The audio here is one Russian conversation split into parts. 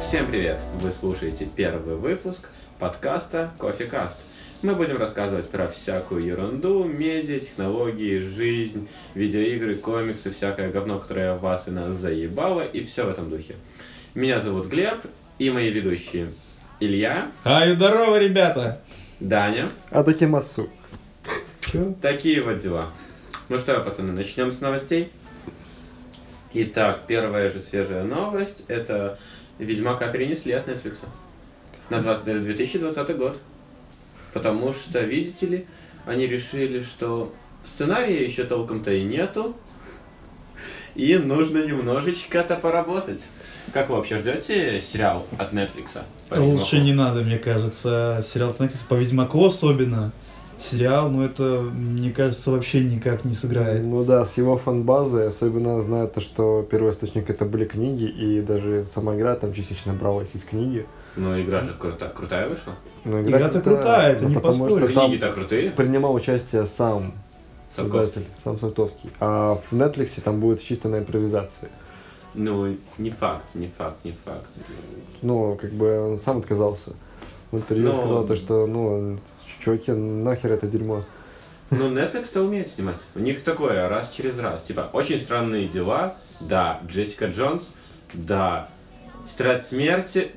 Всем привет! Вы слушаете первый выпуск подкаста «Кофе-каст». Мы будем рассказывать про всякую ерунду, медиа, технологии, жизнь, видеоигры, комиксы, всякое говно, которое вас и нас заебало, и все в этом духе. Меня зовут Глеб, и мои ведущие Илья, Ай, здорово, ребята! Даня, А Адакимасу. Такие вот дела. Ну что, пацаны, начнем с новостей. Итак, первая же свежая новость – это «Ведьмака» перенесли от Netflix на два- на 2020 год. Потому что, видите ли, они решили, что сценария еще толком-то и нету, и нужно немножечко-то поработать. Как вы вообще ждете сериал от Netflix? по Лучше Ведьмаку? не надо, мне кажется. Сериал Тнекс по Ведьмаку особенно. Сериал, ну это, мне кажется, вообще никак не сыграет. Ну да, с его фан-базой, особенно зная то, что первоисточник это были книги, и даже сама игра там частично бралась из книги. Ну, игра же крута- крутая вышла. Но Игра-то крутая, это но не потому что поспоришь. там Книги-то крутые. принимал участие сам Сапковский. создатель, сам Сапковский. А в Netflix там будет чисто на импровизации. Ну, не факт, не факт, не факт. Ну, как бы он сам отказался. В интервью Но- сказал то, что, ну, чуваки, нахер это дерьмо. Ну, Netflix-то умеет снимать. У них такое раз через раз. Типа, очень странные дела. Да, Джессика Джонс. Да, Тетрадь смерти.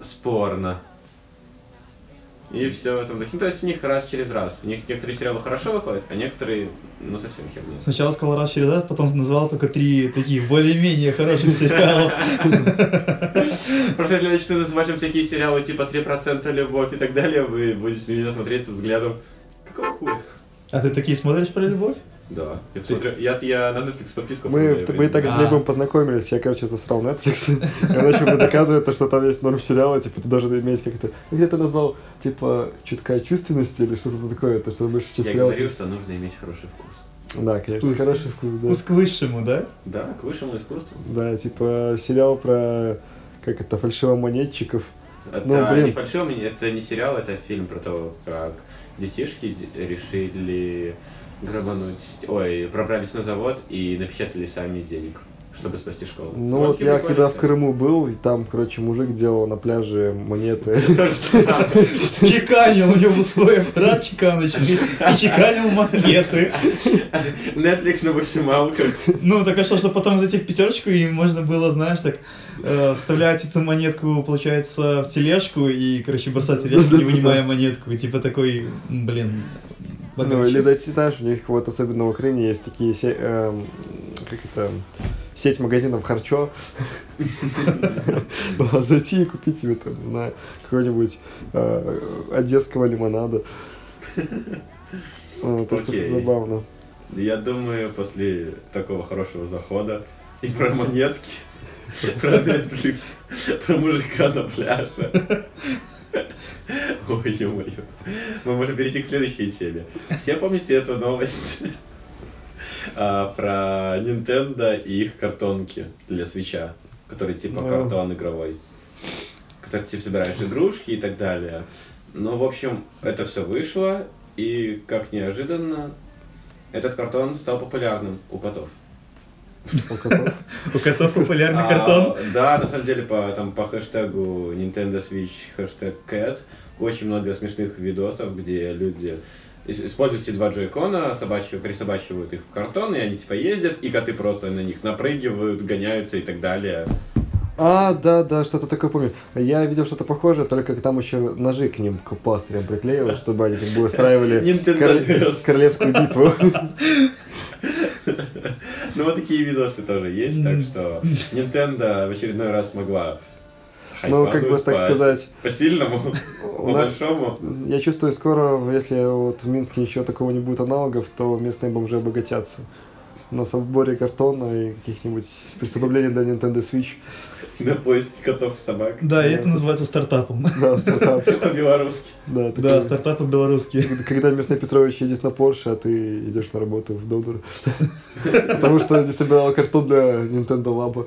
Спорно. И все в этом духе. Ну, то есть у них раз через раз. У них некоторые сериалы хорошо выходят, а некоторые, ну, совсем херня. Сначала сказал раз через раз, потом назвал только три таких более-менее хороших сериала. Просто если начнут называть вам всякие сериалы типа 3% любовь и так далее, вы будете на меня смотреть со взглядом. Какого хуя? А ты такие смотришь про любовь? Да. Я, смотрю- я, я на Netflix подписку Мы, оформляю, мы и так с А. Глебом познакомились, я, короче, засрал Netflix, и он начал мне доказывать, то, что там есть норм сериала, типа, ты должен иметь как-то... Где ты назвал, типа, чутка чувственности или что-то такое, то, что больше Я часть сериала... говорю, что нужно иметь хороший вкус. Да, конечно, Вкус. хороший вкус, да. Вкус к высшему, да? Да, к высшему искусству. Да, типа, сериал про, как это, фальшивомонетчиков. Это Ну, блин. не фальшивый, это не сериал, это фильм про то, как детишки д- решили грабануть, ой, пробрались на завод и напечатали сами денег, чтобы спасти школу. Ну вот я прикольно, когда в да. Крыму был, и там, короче, мужик делал на пляже монеты. Тоже странно. Чеканил у него свой аппарат чеканочный и чеканил монеты. Netflix на максималках. Ну, так а что, что потом зайти в пятерочку, и можно было, знаешь, так, э, вставлять эту монетку, получается, в тележку, и, короче, бросать тележку, не вынимая монетку. И типа такой, м, блин, Ну, или богаче. зайти, знаешь, у них вот особенно в Украине есть такие, се- эм, как это, сеть магазинов Харчо. Ну, а Зайти и купить себе там, не знаю, какого-нибудь э, одесского лимонада. Ну, То, что Окей. забавно. Я думаю, после такого хорошего захода и про монетки, про Netflix, про мужика на пляже. Ой, ё-моё. Мы можем перейти к следующей теме. Все помните эту новость? А, про Nintendo и их картонки для свеча, который типа Ну. картон игровой. Который типа собираешь игрушки и так далее. Ну, в общем, это все вышло, и как неожиданно, этот картон стал популярным у котов. У котов. У котов популярный А, картон. да, на самом деле по, там, по хэштегу Nintendo Switch, хэштег Cat, очень много смешных видосов, где люди ис- используют все два джойкона, собачью, присобачивают их в картон, и они типа ездят, и коты просто на них напрыгивают, гоняются и так далее. А, да, да, что-то такое помню. Я видел что-то похожее, только там еще ножи к ним к пластырям приклеивали, чтобы они как бы устраивали Nintendo E короле- DS. королевскую битву. Ну вот такие видосы тоже есть, так что Nintendo в очередной раз смогла Ну, как бы хайпануть так по- сказать, По-сильному, у нас- по-большому. Я чувствую, скоро, если вот в Минске ничего такого не будет аналогов, то местные бомжи обогатятся. На отборе картона и каких-нибудь приспособлений для Nintendo Switch. На поиски котов и собак. Да, и это называется стартапом. Да, стартап. По-белорусски. Да, Да, такие. стартапы белорусские. Когда местный Петрович едет на Порше, а ты идешь на работу в Додор. Потому что не собирал картон для Nintendo Labo.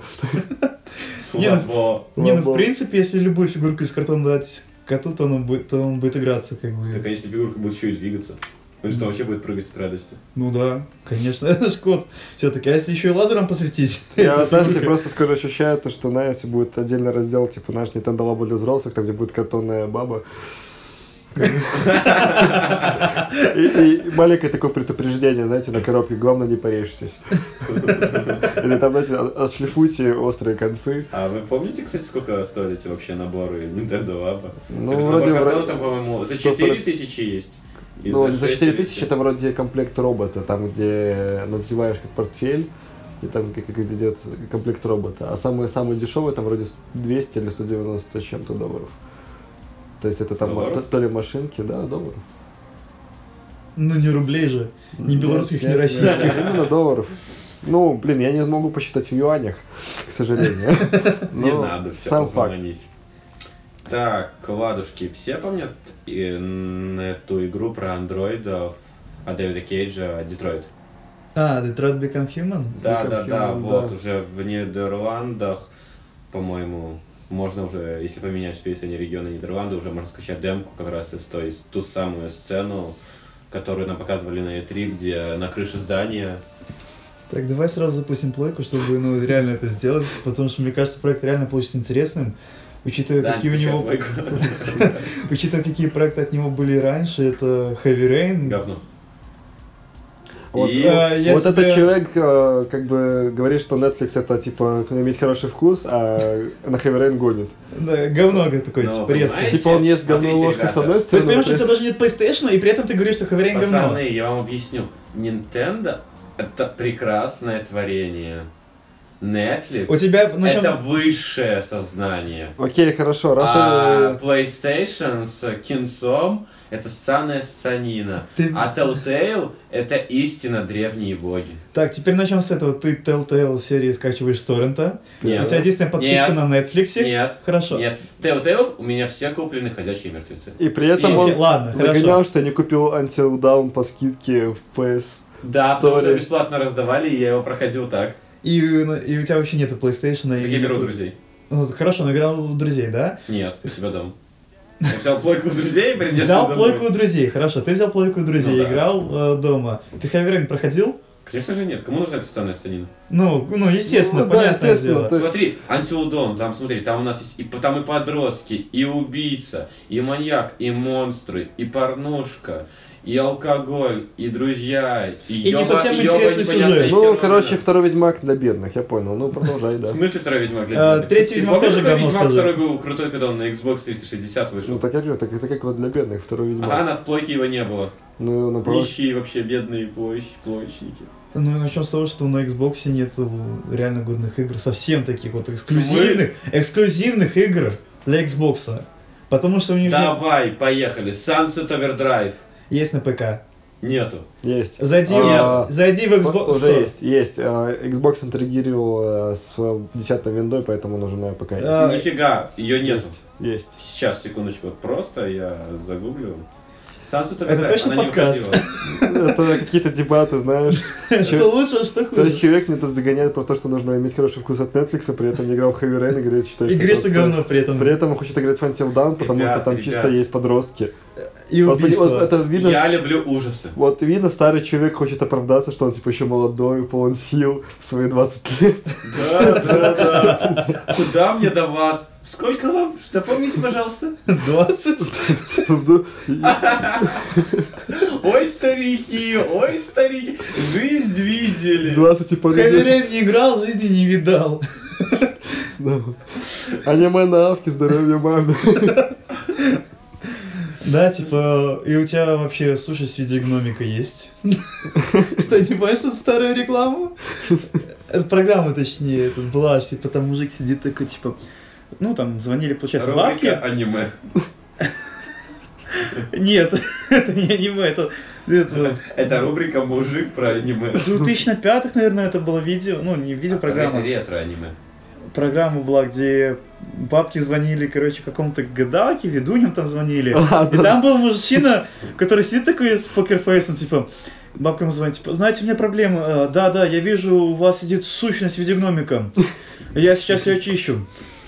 Не, ну- Лабо. Не, ну, в Лабо. принципе, если любую фигурку из картона дать коту, то он будет, то он будет играться, как Так, а бы. если фигурка будет еще и двигаться? Он что, вообще будет прыгать с радости? Ну да, конечно, это ж кот. Все-таки, а если еще и лазером посветить? Я, Эта знаешь, я фигурка. просто скоро ощущаю то, что на эти будет отдельный раздел, типа, наш Nintendo Labo для взрослых, там, где будет картонная баба. И, и маленькое такое предупреждение, знаете, на коробке, главное, не порежьтесь. Или там, знаете, о- отшлифуйте острые концы. А вы помните, кстати, сколько стоили эти вообще наборы Nintendo Labo? Ну, Этот вроде... набор вра- картона, там, по-моему, за 140 4 тысячи есть. и Ну, за 6 4 тысячи есть. это вроде комплект робота, там, где надеваешь как портфель, и там как как идет комплект робота. А самый, самый дешевый там вроде 200 или 190 с чем-то долларов. То есть это там Долларов? то, то ли машинки, да, долларов. Ну не рублей же, ни Ну, Нет, белорусских, ни нет, российских. нет, Именно долларов. Ну, блин, я не могу посчитать в юанях, к сожалению. Не Но надо, все, ну, Сам факт. Так, ладушки, все помнят э, м, эту игру про андроидов от Дэвида Кейджа «Детройт»? А, Detroit Become Human? Да, Become да, да, Human, вот, да. уже в Нидерландах, по-моему, можно уже, если поменять списание региона Нидерланды, уже можно скачать демку как раз из той, из ту самую сцену, которую нам показывали на E3, где на крыше здания. Так, давай сразу запустим плойку, чтобы ну, реально это сделать, потому что мне кажется, проект реально получится интересным, учитывая, Да, какие у сейчас него, лайк. учитывая, какие проекты от него были раньше, это Heavy Rain. Говно. Вот, И- А, я вот тебе- этот человек э, как бы говорит, что Netflix это типа иметь хороший вкус, а на Heavy Rain гонит. Да, говно такое, Ну, типа резкое. понимаете? Типа он ест говно Смотрите, ложкой с ребята, одной То есть стороны. понимаешь, у тебя даже нет PlayStation, и при этом ты говоришь, что Heavy Rain говно. Пацаны, я вам объясню. Nintendo — это прекрасное творение. У Netflix тебя — на чем- это высшее сознание. Окей, хорошо, раз А ты... PlayStation с кинцом — это ссаная сценина. Ты- А Telltale — это истинно древние боги. Так, теперь начнем с этого. Ты Telltale серии скачиваешь с торрента. Нет. У тебя единственная подписка Нет. на Netflix. Нет, Хорошо. нет. Telltale у меня все куплены ходячие мертвецы. И при этом Steam. Окей, он ладно, загонял, хорошо. что я не купил Until Down по скидке в PS. Да, потому что Story. бесплатно раздавали, и я его проходил так. И, ну, и у тебя вообще нету PlayStation. Так и я беру нету- у друзей. Ну, хорошо, но играл у друзей, да? Нет, у себя дома. Я взял плойку у друзей и принес Взял домой. плойку у друзей, хорошо. Ты взял плойку у друзей, Ну да. играл э, дома. Ты Хаверин проходил? Конечно же нет, кому нужна эта сцена сценина? Ну, ну, естественно, Ну да, понятное естественно, дело. то есть- Смотри, Until Dawn, там смотри, там у нас есть и, п- там и подростки, и убийца, и маньяк, и монстры, и порнушка, и алкоголь, и друзья, и, не совсем интересный сюжет. непонятная И Ну, херовина. короче, второй Ведьмак для бедных, я понял. Ну, продолжай, В да. смысле второй Ведьмак? А, бедных? третий Ты Ведьмак помнишь, тоже какой говно, Ведьмак скажи. второй был крутой, когда он на Xbox 360 вышел. Ну, так я говорю, так это как вот для бедных, второй Ага, Ведьмак. на плойке его не было. Ну, наоборот. Нищие вообще, бедные площ, площники. Ну, и начнем с того, что на Xbox нету реально годных игр, совсем таких вот эксклюзивных, эксклюзивных игр для Xbox. Потому что у них же Давай, поехали. Sunset Overdrive. есть на ПК. Нету. Есть. Зайди, А, зайди в Xbox Уже Store. есть, есть. А, Xbox интригировал э, с э, 10 виндой, поэтому он уже на ПК есть. А, Нифига, ее нету. Есть, есть. Сейчас, секундочку, вот просто я загуглю. Sunset Overdrive, Это точно она не подкаст? выходила. Это какие-то дебаты, знаешь. Что лучше, что То есть хуже. человек мне тут загоняет про то, что нужно иметь хороший вкус от Netflix, а при этом не играл в Heavy Rain и говорит, считает, И что Гриш это отстой. говно при этом. При этом он хочет играть в Until Dawn, потому Ребят, что там ребят. чисто есть подростки. И Вот, пони- убийство. вот это видно, Я люблю ужасы. вот видно, старый человек хочет оправдаться, что он типа еще молодой, полон сил, в свои 20 лет. Да, да, да. Куда мне до вас? Сколько вам? Напомните, пожалуйста. 20? Ну, Ой, старики, ой, старики. Жизнь видели. 20 и пару месяцев. Хаверин не играл, жизни не видал. Да. Аниме на авке, здоровья маме. Да, типа, и у тебя вообще суши с виде гномика есть? Что, не понимаешь, что это старую рекламу? Это программа, точнее, это была, аж, типа, там мужик сидит такой, типа, ну, там, звонили, получается, Рубрика бабки. аниме. Нет, это не аниме, это... это Это рубрика мужик про аниме. 2005 наверное, это было видео, ну, не видео, программа. Ретро аниме. Программа была, где бабки звонили, короче, какому-то гадалке, ведуням там звонили. А, И да. там был мужчина, который сидит такой с покерфейсом, типа, бабка ему звонит, типа, знаете, у меня проблемы, Э, да-да, я вижу, у вас сидит сущность в виде гномика, я сейчас ее очищу.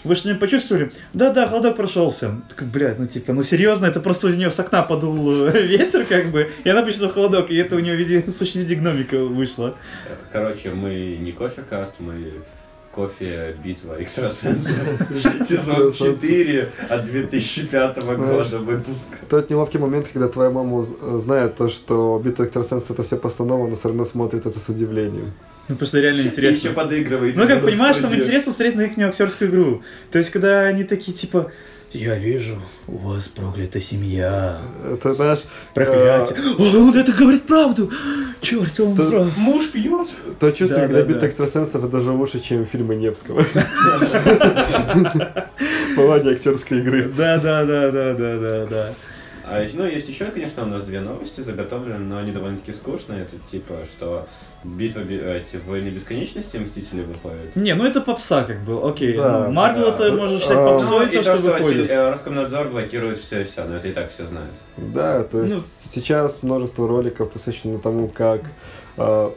Вы что-нибудь почувствовали? Да-да, холодок прошелся. Такой, блядь, ну типа, ну серьезно, это просто у нее с окна подул э, ветер, как бы, и она почувствовала холодок, и это у нее в виде, сущности гномика вышло. Короче, мы не кофе-каст, мы кофе битва экстрасенсов. Сезон 4 от 2005 года выпуска. Тот неловкий момент, когда твоя мама уз- э, знает то, что битва экстрасенсов это все постанова, но все равно смотрит это с удивлением. Ну, просто реально Еще интересно. подыгрываете. Ну, как на понимаешь, там студии. интересно смотреть на их актерскую игру. То есть, когда они такие, типа, я вижу, у вас проклята семья. Это наш... Проклятие. О, он это говорит правду. Черт, он Тут- прав. Муж пьет. То чувство, Да, когда да, битва да. экстрасенсов это даже лучше, чем фильмы Невского. По лане актерской игры. Да, да, да, да, да, да, да. А, ещё- ну, есть еще, конечно, у нас две новости заготовлены, но они довольно-таки скучные. Это типа, что битва, би- эти войны бесконечности Мстители выходят. Не, ну это попса как бы, окей. Да, Ну, Марвел да. это можно считать А, попсой, Ну, то, что эти, выходит. э, Роскомнадзор блокирует все и вся, но это и так все знают. Да, то Ну. есть сейчас множество роликов посвящено тому, как э,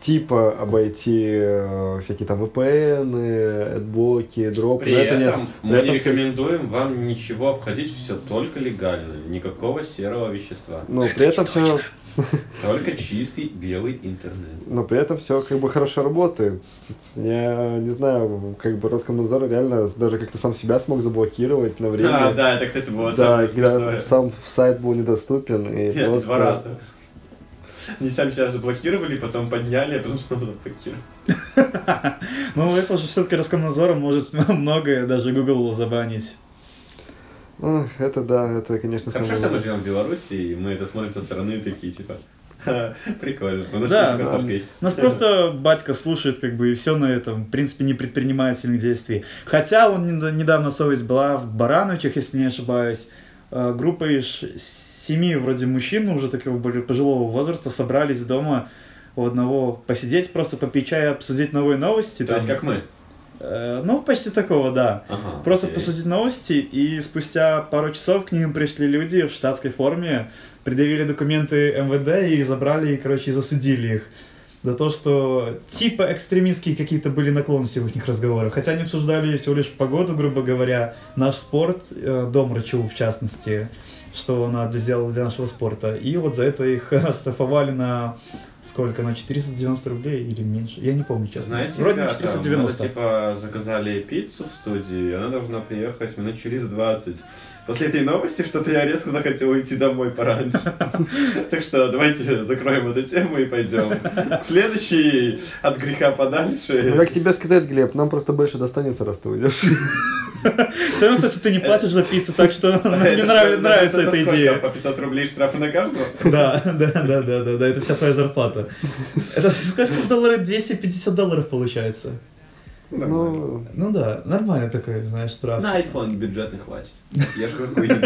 типа обойти э, всякие там VPN, адблоки, дропы. При Но это этом нет. мы При этом не всё- рекомендуем вам ничего обходить, все только легально, никакого серого вещества, Но Ну, при этом все, только чистый белый интернет. но при этом все как бы хорошо работает. Я не знаю, как бы Роскомнадзор реально даже как-то сам себя смог заблокировать на время. А, да, это, кстати, было Да, самое когда смешное. сам сайт был недоступен и Нет, просто... Два раза. Они сами себя заблокировали, потом подняли, а потом снова заблокировали. Ну это же все-таки Роскомнадзором может многое, даже Google забанить. Ах, это да, это, конечно, Хорошо, самое- что мы живем в Беларуси, и мы это смотрим со стороны и такие, типа, «Ха, прикольно, у нас Да, еще да. картошка есть. Нас просто батька слушает, как бы, и все на этом, в принципе, не предпринимает сильных действий. Хотя он не- недавно совесть была в Барановичах, если не ошибаюсь. Э, Группа из семи вроде мужчин, ну, уже такого более пожилого возраста, собрались дома у одного посидеть, просто попить чай, обсудить новые ну, новости. То есть, типа, там. как мы. Э, Ну, почти такого, да. Ага, Просто окей. посудить новости, и спустя пару часов к ним пришли люди в штатской форме, предъявили документы МВД и их забрали, и, короче, и засудили их. За то, что типа экстремистские какие-то были наклонности в их разговорах. Хотя они обсуждали всего лишь погоду, грубо говоря, наш спорт, э, дом Рачу в частности, что она сделала для нашего спорта. И вот за это их оштрафовали на сколько? На 490 рублей или меньше? Я не помню, честно. Знаете, Вроде на ребята, 490. мы, типа, заказали пиццу в студии, и она должна приехать минут через 20. После этой новости что-то я резко захотел уйти домой пораньше. Так что давайте закроем эту тему и пойдем. К следующей от греха Ну, как подальше. тебе сказать, Глеб, нам просто больше достанется, раз ты уйдешь. Все равно, кстати, ты не платишь за пиццу, так что Ну, мне Это нрав- сколько- нравится это эта сколько? идея. По 500 рублей штрафа на каждого? Да, да, да, да, да, да, это вся твоя зарплата. Это сколько в долларах? 250 долларов получается. Ну, Ну да, нормально такой, знаешь, штраф. На iPhone бюджетный хватит. Съешь какую-нибудь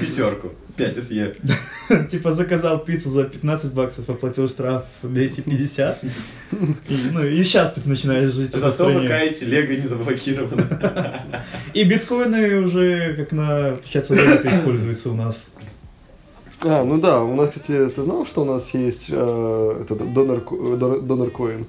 пятерку. 5 СЕ. Типа заказал пиццу за 15 баксов, оплатил штраф 250. И, Ну и сейчас ты начинаешь жить в этой Зато стране. ВК и телега не заблокирована. И биткоины уже как на печатце валюты используются у нас. а, ну да, у нас, кстати, ты знал, что у нас есть э, этот донор, ко- дор- донор коин?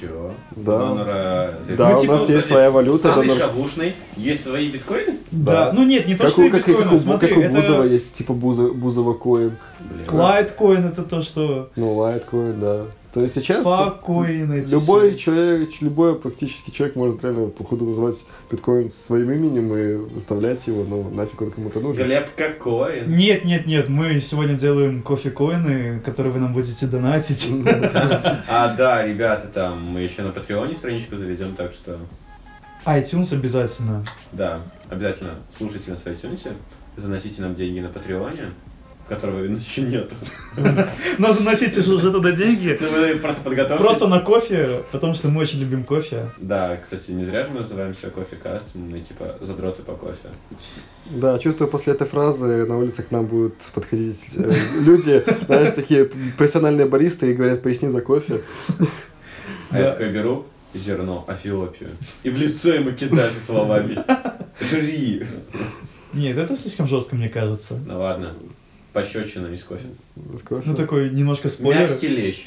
Чего? Да. Донора... Да, у нас есть своя валюта, Станлey донор- Шавушный. Есть свои биткоины? Да. Да, ну нет, не то, как, что и у, как, как у биткоины, Бу- смотри, как у Бузова это... есть, типа Буза- Бузова коин. Блин. Лайткоин это то, что... Ну, лайткоин, да. То есть сейчас... Спокойно. эти Любой все. человек, любой практически человек может реально походу назвать биткоин своим именем и выставлять его, но нафиг он кому-то нужен. Глеб какой? Нет, нет, нет, мы сегодня делаем кофе-коины, которые вы нам будете донатить. А, да, ребята, там мы еще на Патреоне страничку заведем, так что... iTunes обязательно. Да, обязательно слушайте нас в iTunes, заносите нам деньги на Патреоне, которого еще нету. Но заносите же уже туда деньги. Ну, вы просто подготовьтесь. Просто на кофе, потому что мы очень любим кофе. Да, кстати, не зря же мы называемся Кофе Каст, мы типа задроты по кофе. Да, чувствую, после этой фразы на улице к нам будут подходить э, люди, знаешь, такие профессиональные баристы и говорят, поясни за кофе. А я Да. такой беру зерно, афиопию, и в лицо ему кидаю словами. Жри! Нет, это слишком жестко, мне кажется. Ну ладно, пощечина из кофе. С кофе. Ну такой немножко спойлер. Мягкий лещ.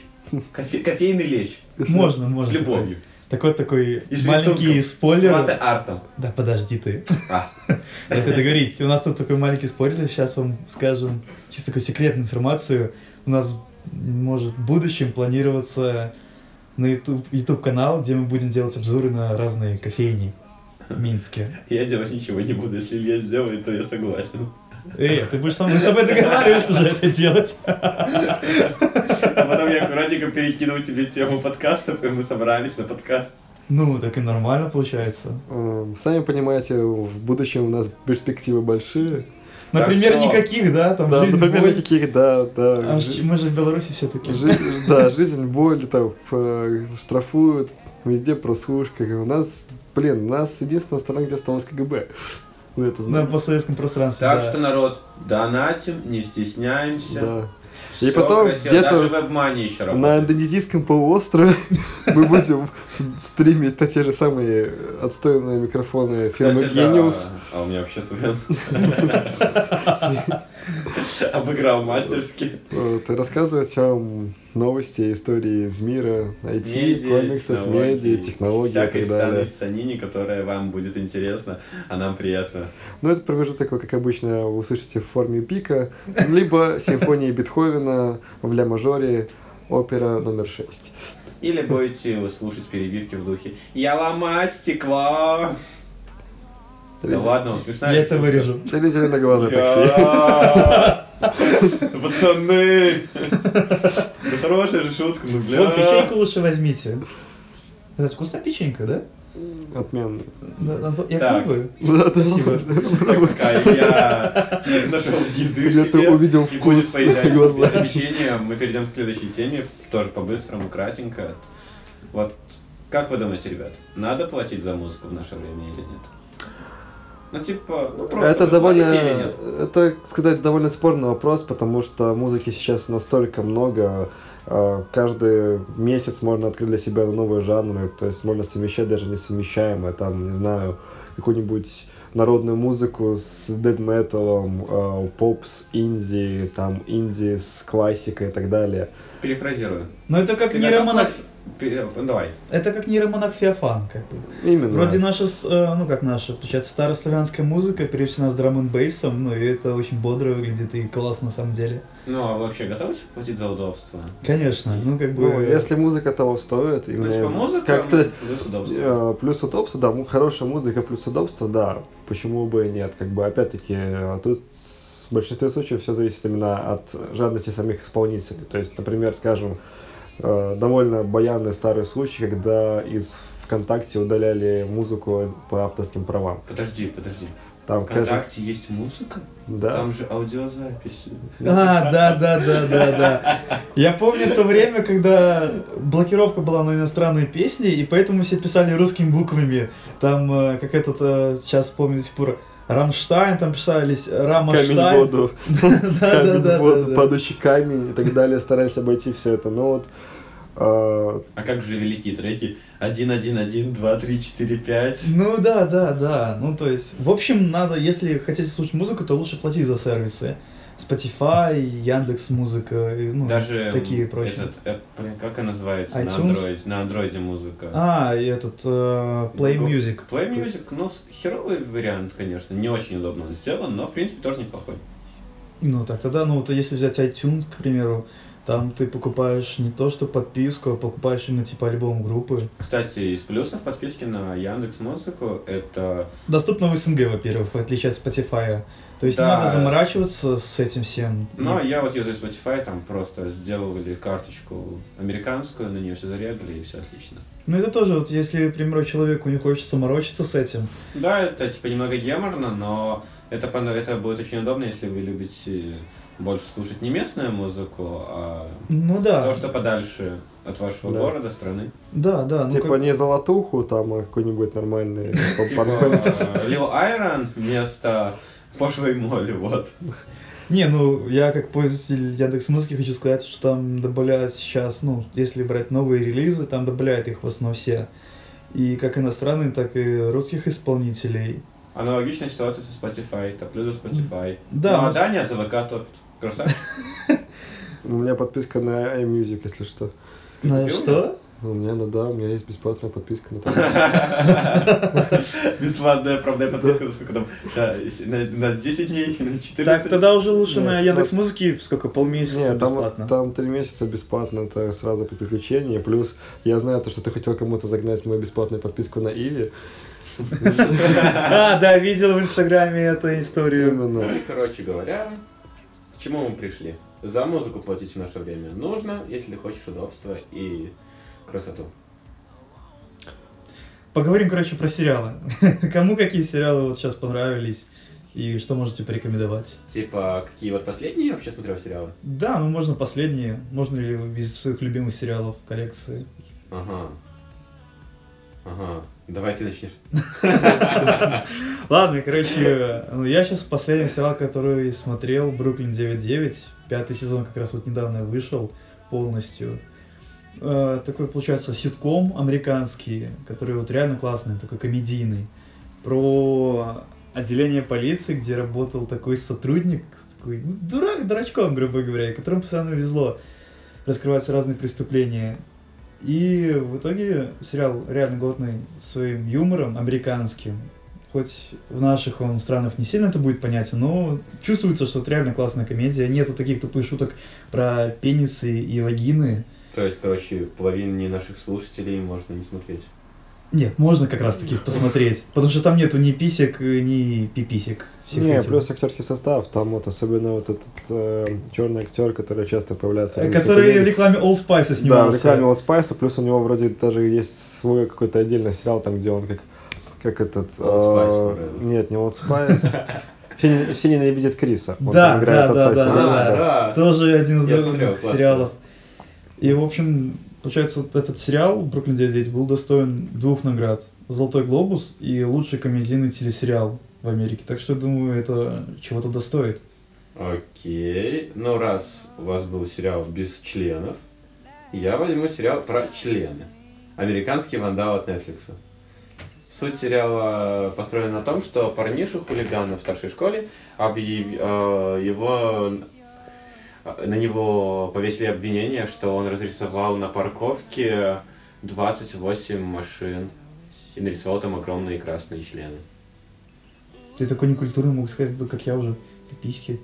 Кофе- кофейный лещ. Можно, можно. С любовью. Так вот такой И с маленький рисунком. спойлер. артом. Да подожди ты. А. Это договорить. У нас тут такой маленький спойлер. Сейчас вам скажем чисто такую секретную информацию. У нас может в будущем планироваться на YouTube, YouTube канал, где мы будем делать обзоры на разные кофейни в Минске. Я делать ничего не буду. Если Илья сделает, то я согласен. Эй, ты будешь со мной с собой договариваться уже это делать. А потом я аккуратненько перекинул тебе тему подкастов, и мы собрались на подкаст. Ну, так и нормально получается. Эм, Сами понимаете, в будущем у нас перспективы большие. Например, что- никаких, да, там Да, жизнь, например, боль. никаких, да, да. А ж- жи- мы же в Беларуси все-таки. жи- Да, жизнь, боль, там, э, штрафуют, везде прослушка. У нас, блин, у нас единственная страна, где осталось КГБ. Вы это На знаете? постсоветском пространстве. Так да. что, народ, донатим, не стесняемся. Да. Всё И потом красиво. где-то Даже в обмане еще На работает. индонезийском полуострове мы будем стримить на те же самые отстойные микрофоны фирмы да. Genius. А у меня вообще свен обыграл мастерски. Вот, и рассказывать вам новости, истории из мира, IT, комиксов, медиа, технологий и Всякой так далее. странной санине, которая вам будет интересна, а нам приятно. Но этот Ну, промежуток вы, как обычно, услышите в форме пика, либо симфонии Бетховена в ля-мажоре, опера номер 6. Или будете слушать перебивки в духе «Я ломаю стекло!» Да ладно, он смешная. Я это вырежу. Или зеленоглазое такси. Я- Пацаны! Ну хорошая же шутка, ну бля. Вот печеньку лучше возьмите. Это вкусная печенька, да? Отменно. Да, да, Я Так. пробую. Спасибо. Спасибо. Пока Типа, а я нашел еды Когда ты себе увидел и будешь вкус поедать в глазах. это печенье, мы перейдем к следующей теме, тоже по-быстрому, кратенько. Вот как вы думаете, ребят, надо платить за музыку в наше время или нет? Ну типа, ну просто это вы довольно, платите или нет? это сказать довольно спорный вопрос, потому что музыки сейчас настолько много, э, каждый месяц можно открыть для себя новые жанры, то есть можно совмещать даже несовмещаемое, там не знаю какую-нибудь народную музыку с дед металом, э, поп с инди, там инди с классикой и так далее. Перефразирую. Но это как Ты готов нейромонах... платить? Пе- ну, Давай. Это как нейромонах Феофан, как бы. Именно. Вроде наша, с- э, ну как наша, получается, старославянская музыка переведена с драм бейсом, ну и это очень бодро выглядит и классно на самом деле. Ну а вы вообще готовы платить за удобство? Конечно, ну как бы... Ну, если музыка того стоит, Ну, именно типа из- музыка как-то плюс удобство. Э, Плюс удобство, да, м- хорошая музыка, плюс удобство, да, почему бы и нет, как бы, опять-таки, э, тут с- в большинстве случаев все зависит именно от жадности самих исполнителей, то есть, например, скажем, э, довольно баянный старый случай, когда из ВКонтакте удаляли музыку из- по авторским правам, Подожди, подожди. А там, скажем, ВКонтакте есть музыка? да, Там же аудиозаписи. А, да, да, да, да, да. Я помню то время, когда блокировка была на иностранные песни, и поэтому все писали русскими буквами. Там, э, как этот, э, сейчас помню до сих пор, Рамштайн, там писались камень в Рамштайн. воду, Да, да, да, камень в да, воду, да. падающий камень и так далее, старались обойти все это, но вот э, А как же великие треки? 1, 1, 1, 2, 3, 4, 5. Ну да, да, да. Ну то есть, в общем, надо, если хотите слушать музыку, то лучше платить за сервисы. Spotify, Яндекс Музыка, ну, Даже м, такие прочие. этот, э, блин, как она называется на iTunes? Android? На андроиде музыка. А, и этот э, Play Google. Music. Play Music, ну, с- херовый вариант, конечно, не очень удобно он сделан, но, в принципе, тоже неплохой. Ну так тогда, ну вот если взять iTunes, к примеру, там ты покупаешь не то что подписку, а покупаешь именно типа альбом группы. Кстати, из плюсов подписки на Яндекс Музыку это Доступно в СНГ, во-первых, в отличие от Spotify. То есть не Да. Ну, надо заморачиваться с этим всем. Ну, Но я вот юзаю Spotify, там просто сделали карточку американскую, на нее все зарегали, и все отлично. Ну это тоже, вот если, к примеру, человеку не хочется морочиться с этим, Да, это типа немного геморно, но это, пон- это будет очень удобно, если вы любите больше слушать не местную музыку, а ну да. то, что подальше от вашего Да. города, страны. Да, да, ну Типа как- не золотуху, там, а какой-нибудь нормальный Типа поп-панк. э, Lil Айрон вместо пошлой моли, вот. Не, ну я как пользователь Яндекс Музыки хочу сказать, что там добавляют сейчас, ну, если брать новые релизы, там добавляют их в основном все. И как иностранные, так и русских исполнителей. топлю Аналогичная ситуация со Spotify, топлю за Spotify. Да, ну, а нас- Дания за ВК топит. Красавчик. Ну, У меня подписка на iMusic, если что. На Купил? что? У меня, ну да, у меня есть бесплатная подписка на Prime. Бесплатная, правда, подписка, на сколько там, да, если на на 10 дней, на 14. Так, тогда уже лучше Нет, на вот- Яндекс Музыки сколько, полмесяца Не, бесплатно. там, там три месяца бесплатно, это сразу по приключению. Плюс я знаю то, что ты хотел кому-то загнать мою бесплатную подписку на Иви. А, да, видел в Инстаграме эту историю. Ну Именно. и, короче говоря, к чему мы пришли? За музыку платить в наше время нужно, если хочешь удобства и красоту. Поговорим, короче, про сериалы. Кому какие сериалы вот сейчас понравились и что можете порекомендовать? Типа, какие вот последние я вообще смотрел сериалы? Да, ну можно последние. Можно ли без своих любимых сериалов коллекции? Ага. Ага. Давай ты начнешь. Ладно, короче, ну я сейчас последний сериал, который смотрел, Бруклин 9.9. Пятый сезон как раз вот недавно вышел полностью. Э, Такой, получается, ситком американский, который вот реально классный, такой комедийный. Про отделение полиции, где работал такой сотрудник, такой ну, дурак, дурачком, грубо говоря, которому постоянно везло раскрываются разные преступления. И в итоге сериал реально годный своим юмором американским, Хоть в наших он странах не сильно это будет понятен, но чувствуется, что это реально классная комедия. Нету таких тупых шуток про пенисы и вагины. То есть, короче, половине наших слушателей можно не смотреть. Нет, можно как раз таких посмотреть, потому что там нету ни писек, ни пиписек. всех Не, этих. плюс актерский состав. Там вот особенно вот этот черный актер, который часто появляется. в Э, различных Который в комедиях. рекламе All Spice Да, в снимался. рекламе Old Spice, плюс у него вроде даже есть свой какой-то отдельный сериал, там, где он как, как этот... Old Spice, э, наверное. нет, не Old Spice. Все, не- все ненавидят Криса. Он Да, там играет да, отца да, да, семейства. Тоже один из Я смотрел, главных классно. сериалов. И, в общем, получается, вот этот сериал «Бруклин 9.9» был достоин двух наград. «Золотой глобус» и лучший комедийный телесериал в Америке. Так что, думаю, это чего-то достоит. Окей. Ну, раз у вас был сериал без членов, я возьму сериал про члены. Американский вандал от Netflix. Суть сериала построена на том, что парнишу хулигана в старшей школе объяв- э, его э, на него повесили обвинение, что он разрисовал на парковке 28 машин и нарисовал там огромные красные члены. Ты такой некультурный мог сказать, бы, как я уже. Письки.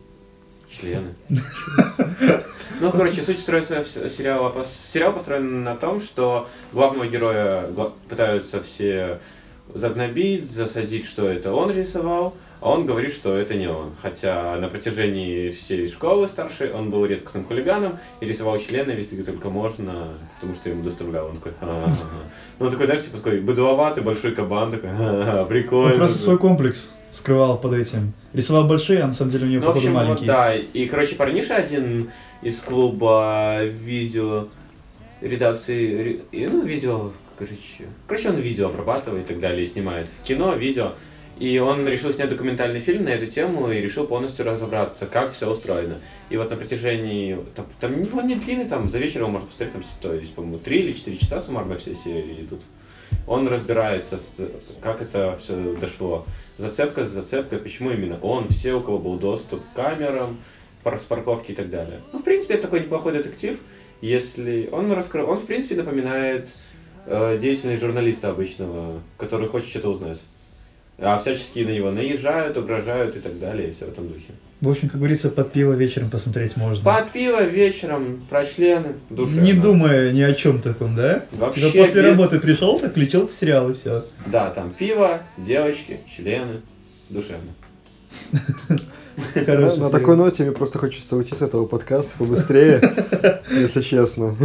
Члены. Ну, короче, суть строится в с- сериала. пос- Сериал построен на том, что главного героя гла- пытаются все загнобить, засадить, что это он рисовал, а он говорит, что это не он. Хотя на протяжении всей школы старшей он был редкостным хулиганом и рисовал члены везде, где только можно, потому что ему доставлял. Он такой, «Ага, ага». ну он такой, знаешь, типа такой быдловатый большой кабан, такой, «Ага, Он прикольно. Ну, просто свой комплекс скрывал под этим. Рисовал большие, а на самом деле у него, Ну, в походу, общем, вот, маленькие. да. И, короче, парниша один из клуба видео редакции, ре- и, ну, видео, короче, короче, он видео обрабатывает и так далее, и снимает кино, видео. И он решил снять документальный фильм на эту тему и решил полностью разобраться, как все устроено. И вот на протяжении, там, там не- он не длинный, там за вечер его можно посмотреть, там, то есть, по-моему, 3 или 4 часа суммарно все серии идут. Он разбирается, с- как это все дошло. Зацепка за зацепкой, почему именно он, все, у кого был доступ к камерам, пар- с парковки и так далее. Ну, в принципе, это такой неплохой детектив, если он раскрыл... Он, в принципе, напоминает э, деятельность журналиста обычного, который хочет что-то узнать. А всячески на него наезжают, угрожают и так далее, и все в этом духе. В общем, как говорится, под пиво вечером посмотреть можно. Под пиво вечером, про члены, душевно. Не думая ни о чем таком, да? Вообще Типа после без- работы пришел, так включил сериал и все. Да, там пиво, девочки, члены, душевно. Да, На такой ну, ноте мне просто хочется уйти с этого подкаста побыстрее, если честно.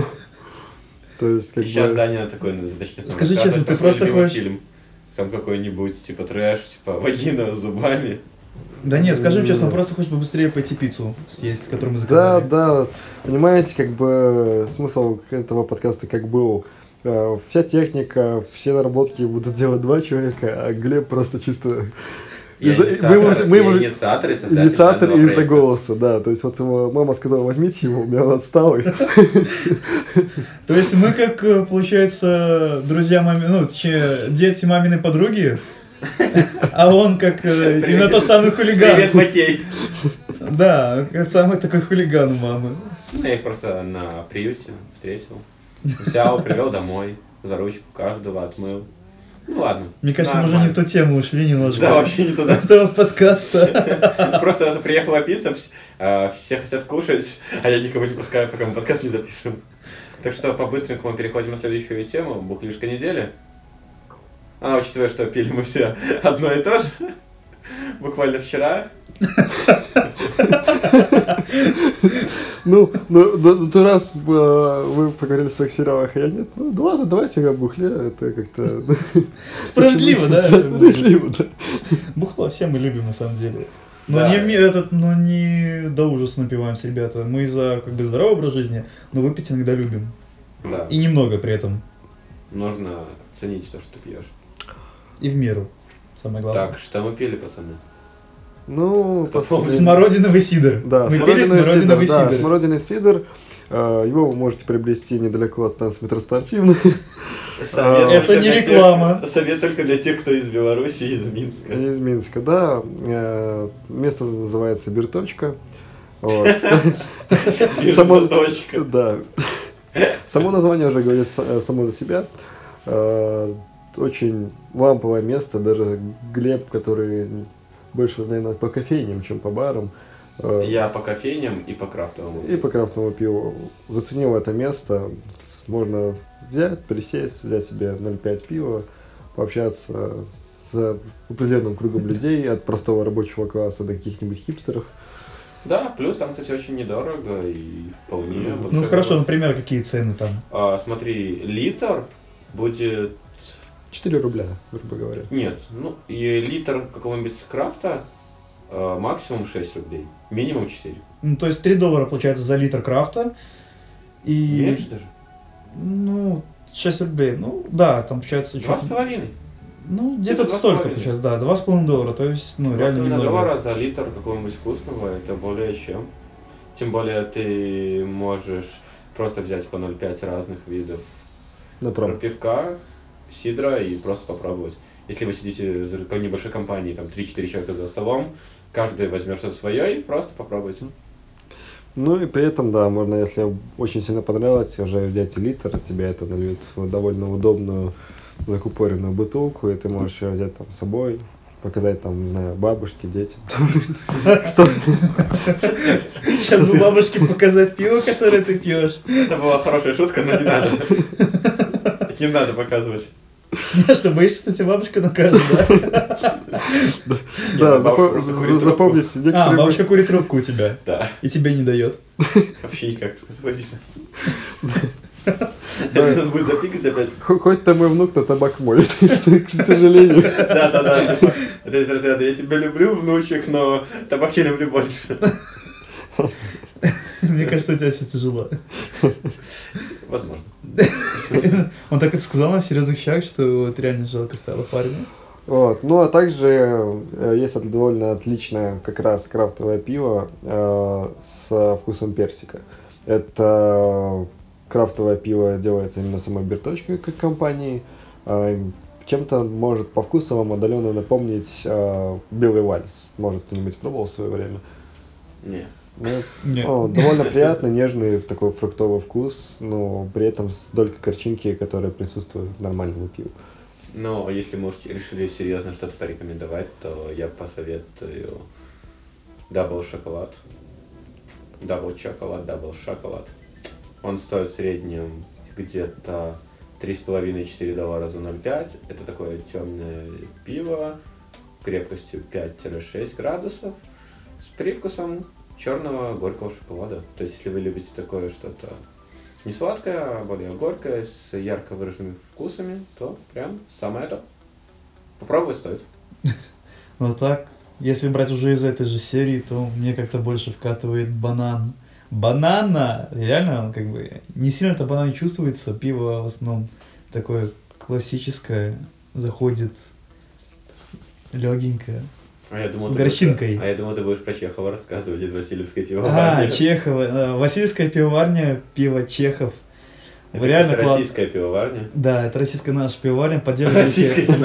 То есть, как И сейчас бы... Даня такой ну, начнет нам Скажи рассказывать честно, про свой ты просто любимый хочешь- фильм. Там какой-нибудь, типа, трэш, типа, вагина с зубами. Да нет, скажем честно, М. просто хочешь побыстрее пойти пиццу съесть, которую мы Да, заказали. да, понимаете, как бы смысл этого подкаста как был. э, Вся техника, все наработки будут делать два человека, а Глеб просто чисто... Я из-за- инициатор, мы его- мы я его- инициатор и создатель Инициатор данного из-за проекта. голоса, да. То есть вот его мама сказала, возьмите его, у меня он отсталый. То есть мы как, э, получается, друзья мамины, ну, точнее, дети маминой подруги, а он как э, именно тот самый Привет, хулиган. Макей! Да, как самый такой хулиган у мамы. Ну, я их просто на приюте встретил. Взял, привел домой, за ручку каждого отмыл. Ну ладно. Мне кажется, мы уже не нормально. в ту тему ушли немножко. Да, вообще не туда. Этого подкаста. Просто приехала пицца, вс- а, все хотят кушать, а я никого не пускаю, пока мы подкаст не запишем. Так что по-быстренькому переходим на следующую тему, бухлишка недели. А, учитывая, что пили мы все одно и то же, буквально вчера. Ну, ну, ну, ну, то раз э, вы поговорили о своих сериалах, а я нет, ну да ладно, давайте я бухле, это как-то... Справедливо, да? Справедливо, да. Бухло все мы любим, на самом деле. Но Да. не, в ми- этот, но не до ужаса напиваемся, ребята. Мы за как бы здоровый образ жизни, но выпить иногда любим. Да. И немного при этом. Нужно ценить то, что ты пьешь. И в меру. Самое главное. Так, что мы пили, пацаны? Ну, Кто последний- помнит? Смородиновый сидр. Да, Мы пили смородиновый смородиновый сидр. Да, сидр. смородиновый сидр. Э, Его вы можете приобрести недалеко от станции метро «Спортивная». Совет Э, Это только не для тех- реклама. совет только для тех, кто из Беларуси и из Минска. Из Минска, да. Э, Место называется «Берточка». Вот. Э, Само- Само... точка. Да. Само название уже говорит с- э, само за себя. Э, Очень ламповое место, даже Глеб, который больше, наверное, по кофейням, чем по барам. э, Я по кофейням и по крафтовому. И по крафтовому пиву. Заценил это место. Можно взять, присесть, взять себе 0,5 пива, пообщаться с определенным кругом людей, от простого рабочего класса до каких-нибудь хипстеров. Да, плюс там, кстати, очень недорого и вполне. Ну вообще хорошо, нормально. например, какие цены там? А, смотри, литр будет... 4 рубля, грубо говоря. Нет, ну и литр какого-нибудь крафта а, максимум 6 рублей, минимум 4. Ну, то есть 3 доллара получается за литр крафта. И... Меньше даже. Ну, 6 рублей. Ну, да, там получается... Два с чё-то- половиной. Ну, Типа где-то два с столько половиной. получается, да, 2,5 доллара, то есть, ну, Два с реально половиной немного. доллара за литр какого-нибудь вкусного, это более чем. Тем более ты можешь просто взять по 0,5 разных видов На пром. пивка, сидра и просто попробовать. Если вы сидите за какой- небольшой компанией, там 3-4 человека за столом, каждый возьмет что-то свое и просто попробуйте. Ну и при этом, да, можно, если очень сильно понравилось, уже взять и литр, тебе это нальют в довольно удобную закупоренную бутылку, и ты можешь ее взять там с собой, показать там, не знаю, бабушке, детям. Что? Сейчас бы бабушке показать пиво, которое ты пьешь. Это была хорошая шутка, но не надо. Не надо показывать. Не, Что боишься, что тебе бабушка накажет, да? Да, Нет, бабушка запо- просто курит за- трубку. запомните А, некоторые бабушка мысли. курит трубку у тебя Да, и тебе не дает. вообще никак согласись. Это надо будет запикать опять. Хо- Хоть там мой внук, но табак молит, что, к сожалению. Да-да-да. типа, Это из разряда «Я тебя люблю, внучек, но табак я люблю больше». Мне кажется, у тебя все тяжело. Возможно. Он так это сказал на серьезных щах, что вот реально жалко стало парня. Вот. Ну, а также э, есть от- довольно отличное как раз крафтовое пиво э, с вкусом персика. Это крафтовое пиво делается именно самой Берточкой как компанией. Э, Чем-то может по вкусу вам отдаленно напомнить э, белый вальс. Может, кто-нибудь пробовал в свое время. Не. Нет? Нет. О, довольно приятный, нежный такой фруктовый вкус, но при этом с долькой горчинки, которая присутствует в нормальном пиве. Но если мы уж решили серьезно что-то порекомендовать, то я посоветую дабл шоколад. Дабл шоколад, дабл шоколад. Он стоит в среднем где-то 3,5-4 доллара за 0,5. Это такое темное пиво крепкостью 5-6 градусов с привкусом черного горького шоколада. То есть, если вы любите такое что-то не сладкое, а более горькое, с ярко выраженными вкусами, то прям самое то. Попробовать стоит. Но так, если брать уже из этой же серии, то мне как-то больше вкатывает банан. Банана! Реально, как бы, не сильно-то банан чувствуется. Пиво в основном такое классическое. Заходит легенькое. А я думал, С ты будешь- горчинкой. а я думал, ты будешь про Чехова рассказывать из Васильевской А, пивоварни. Чехова. э, Васильевская пивоварня, пиво Чехов. Это, Реально кстати, класс. российская пивоварня. Да, это российская наша пивоварня, Российская поддерживайте. не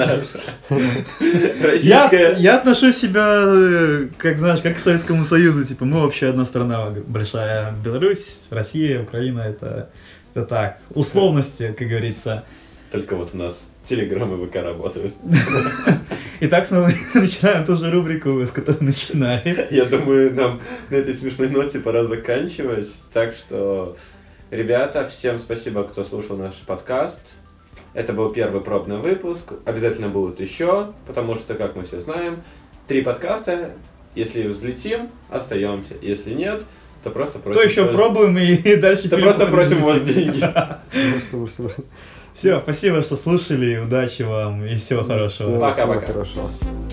наша. Я, Российская. я отношу себя, э, как знаешь, как к Советскому Союзу, типа мы вообще одна страна большая. Беларусь, Россия, Украина это, это как-то так. Условности, как говорится. Только вот у нас Телеграм и ВК работают. Итак, снова начинаем ту же рубрику, с которой начинали. Я думаю, нам на этой смешной ноте пора заканчивать. Так что, ребята, всем спасибо, кто слушал наш подкаст. Это был первый пробный выпуск. Обязательно будут еще, потому что, как мы все знаем, три подкаста. Если взлетим, остаемся. Если нет, то просто просим... То еще пробуем и, и дальше... То просто просим у вас переходим. деньги. Просто, просто. Все, спасибо, что слушали. Удачи вам и всего хорошего. Всего- Пока-пока. всего Хорошего.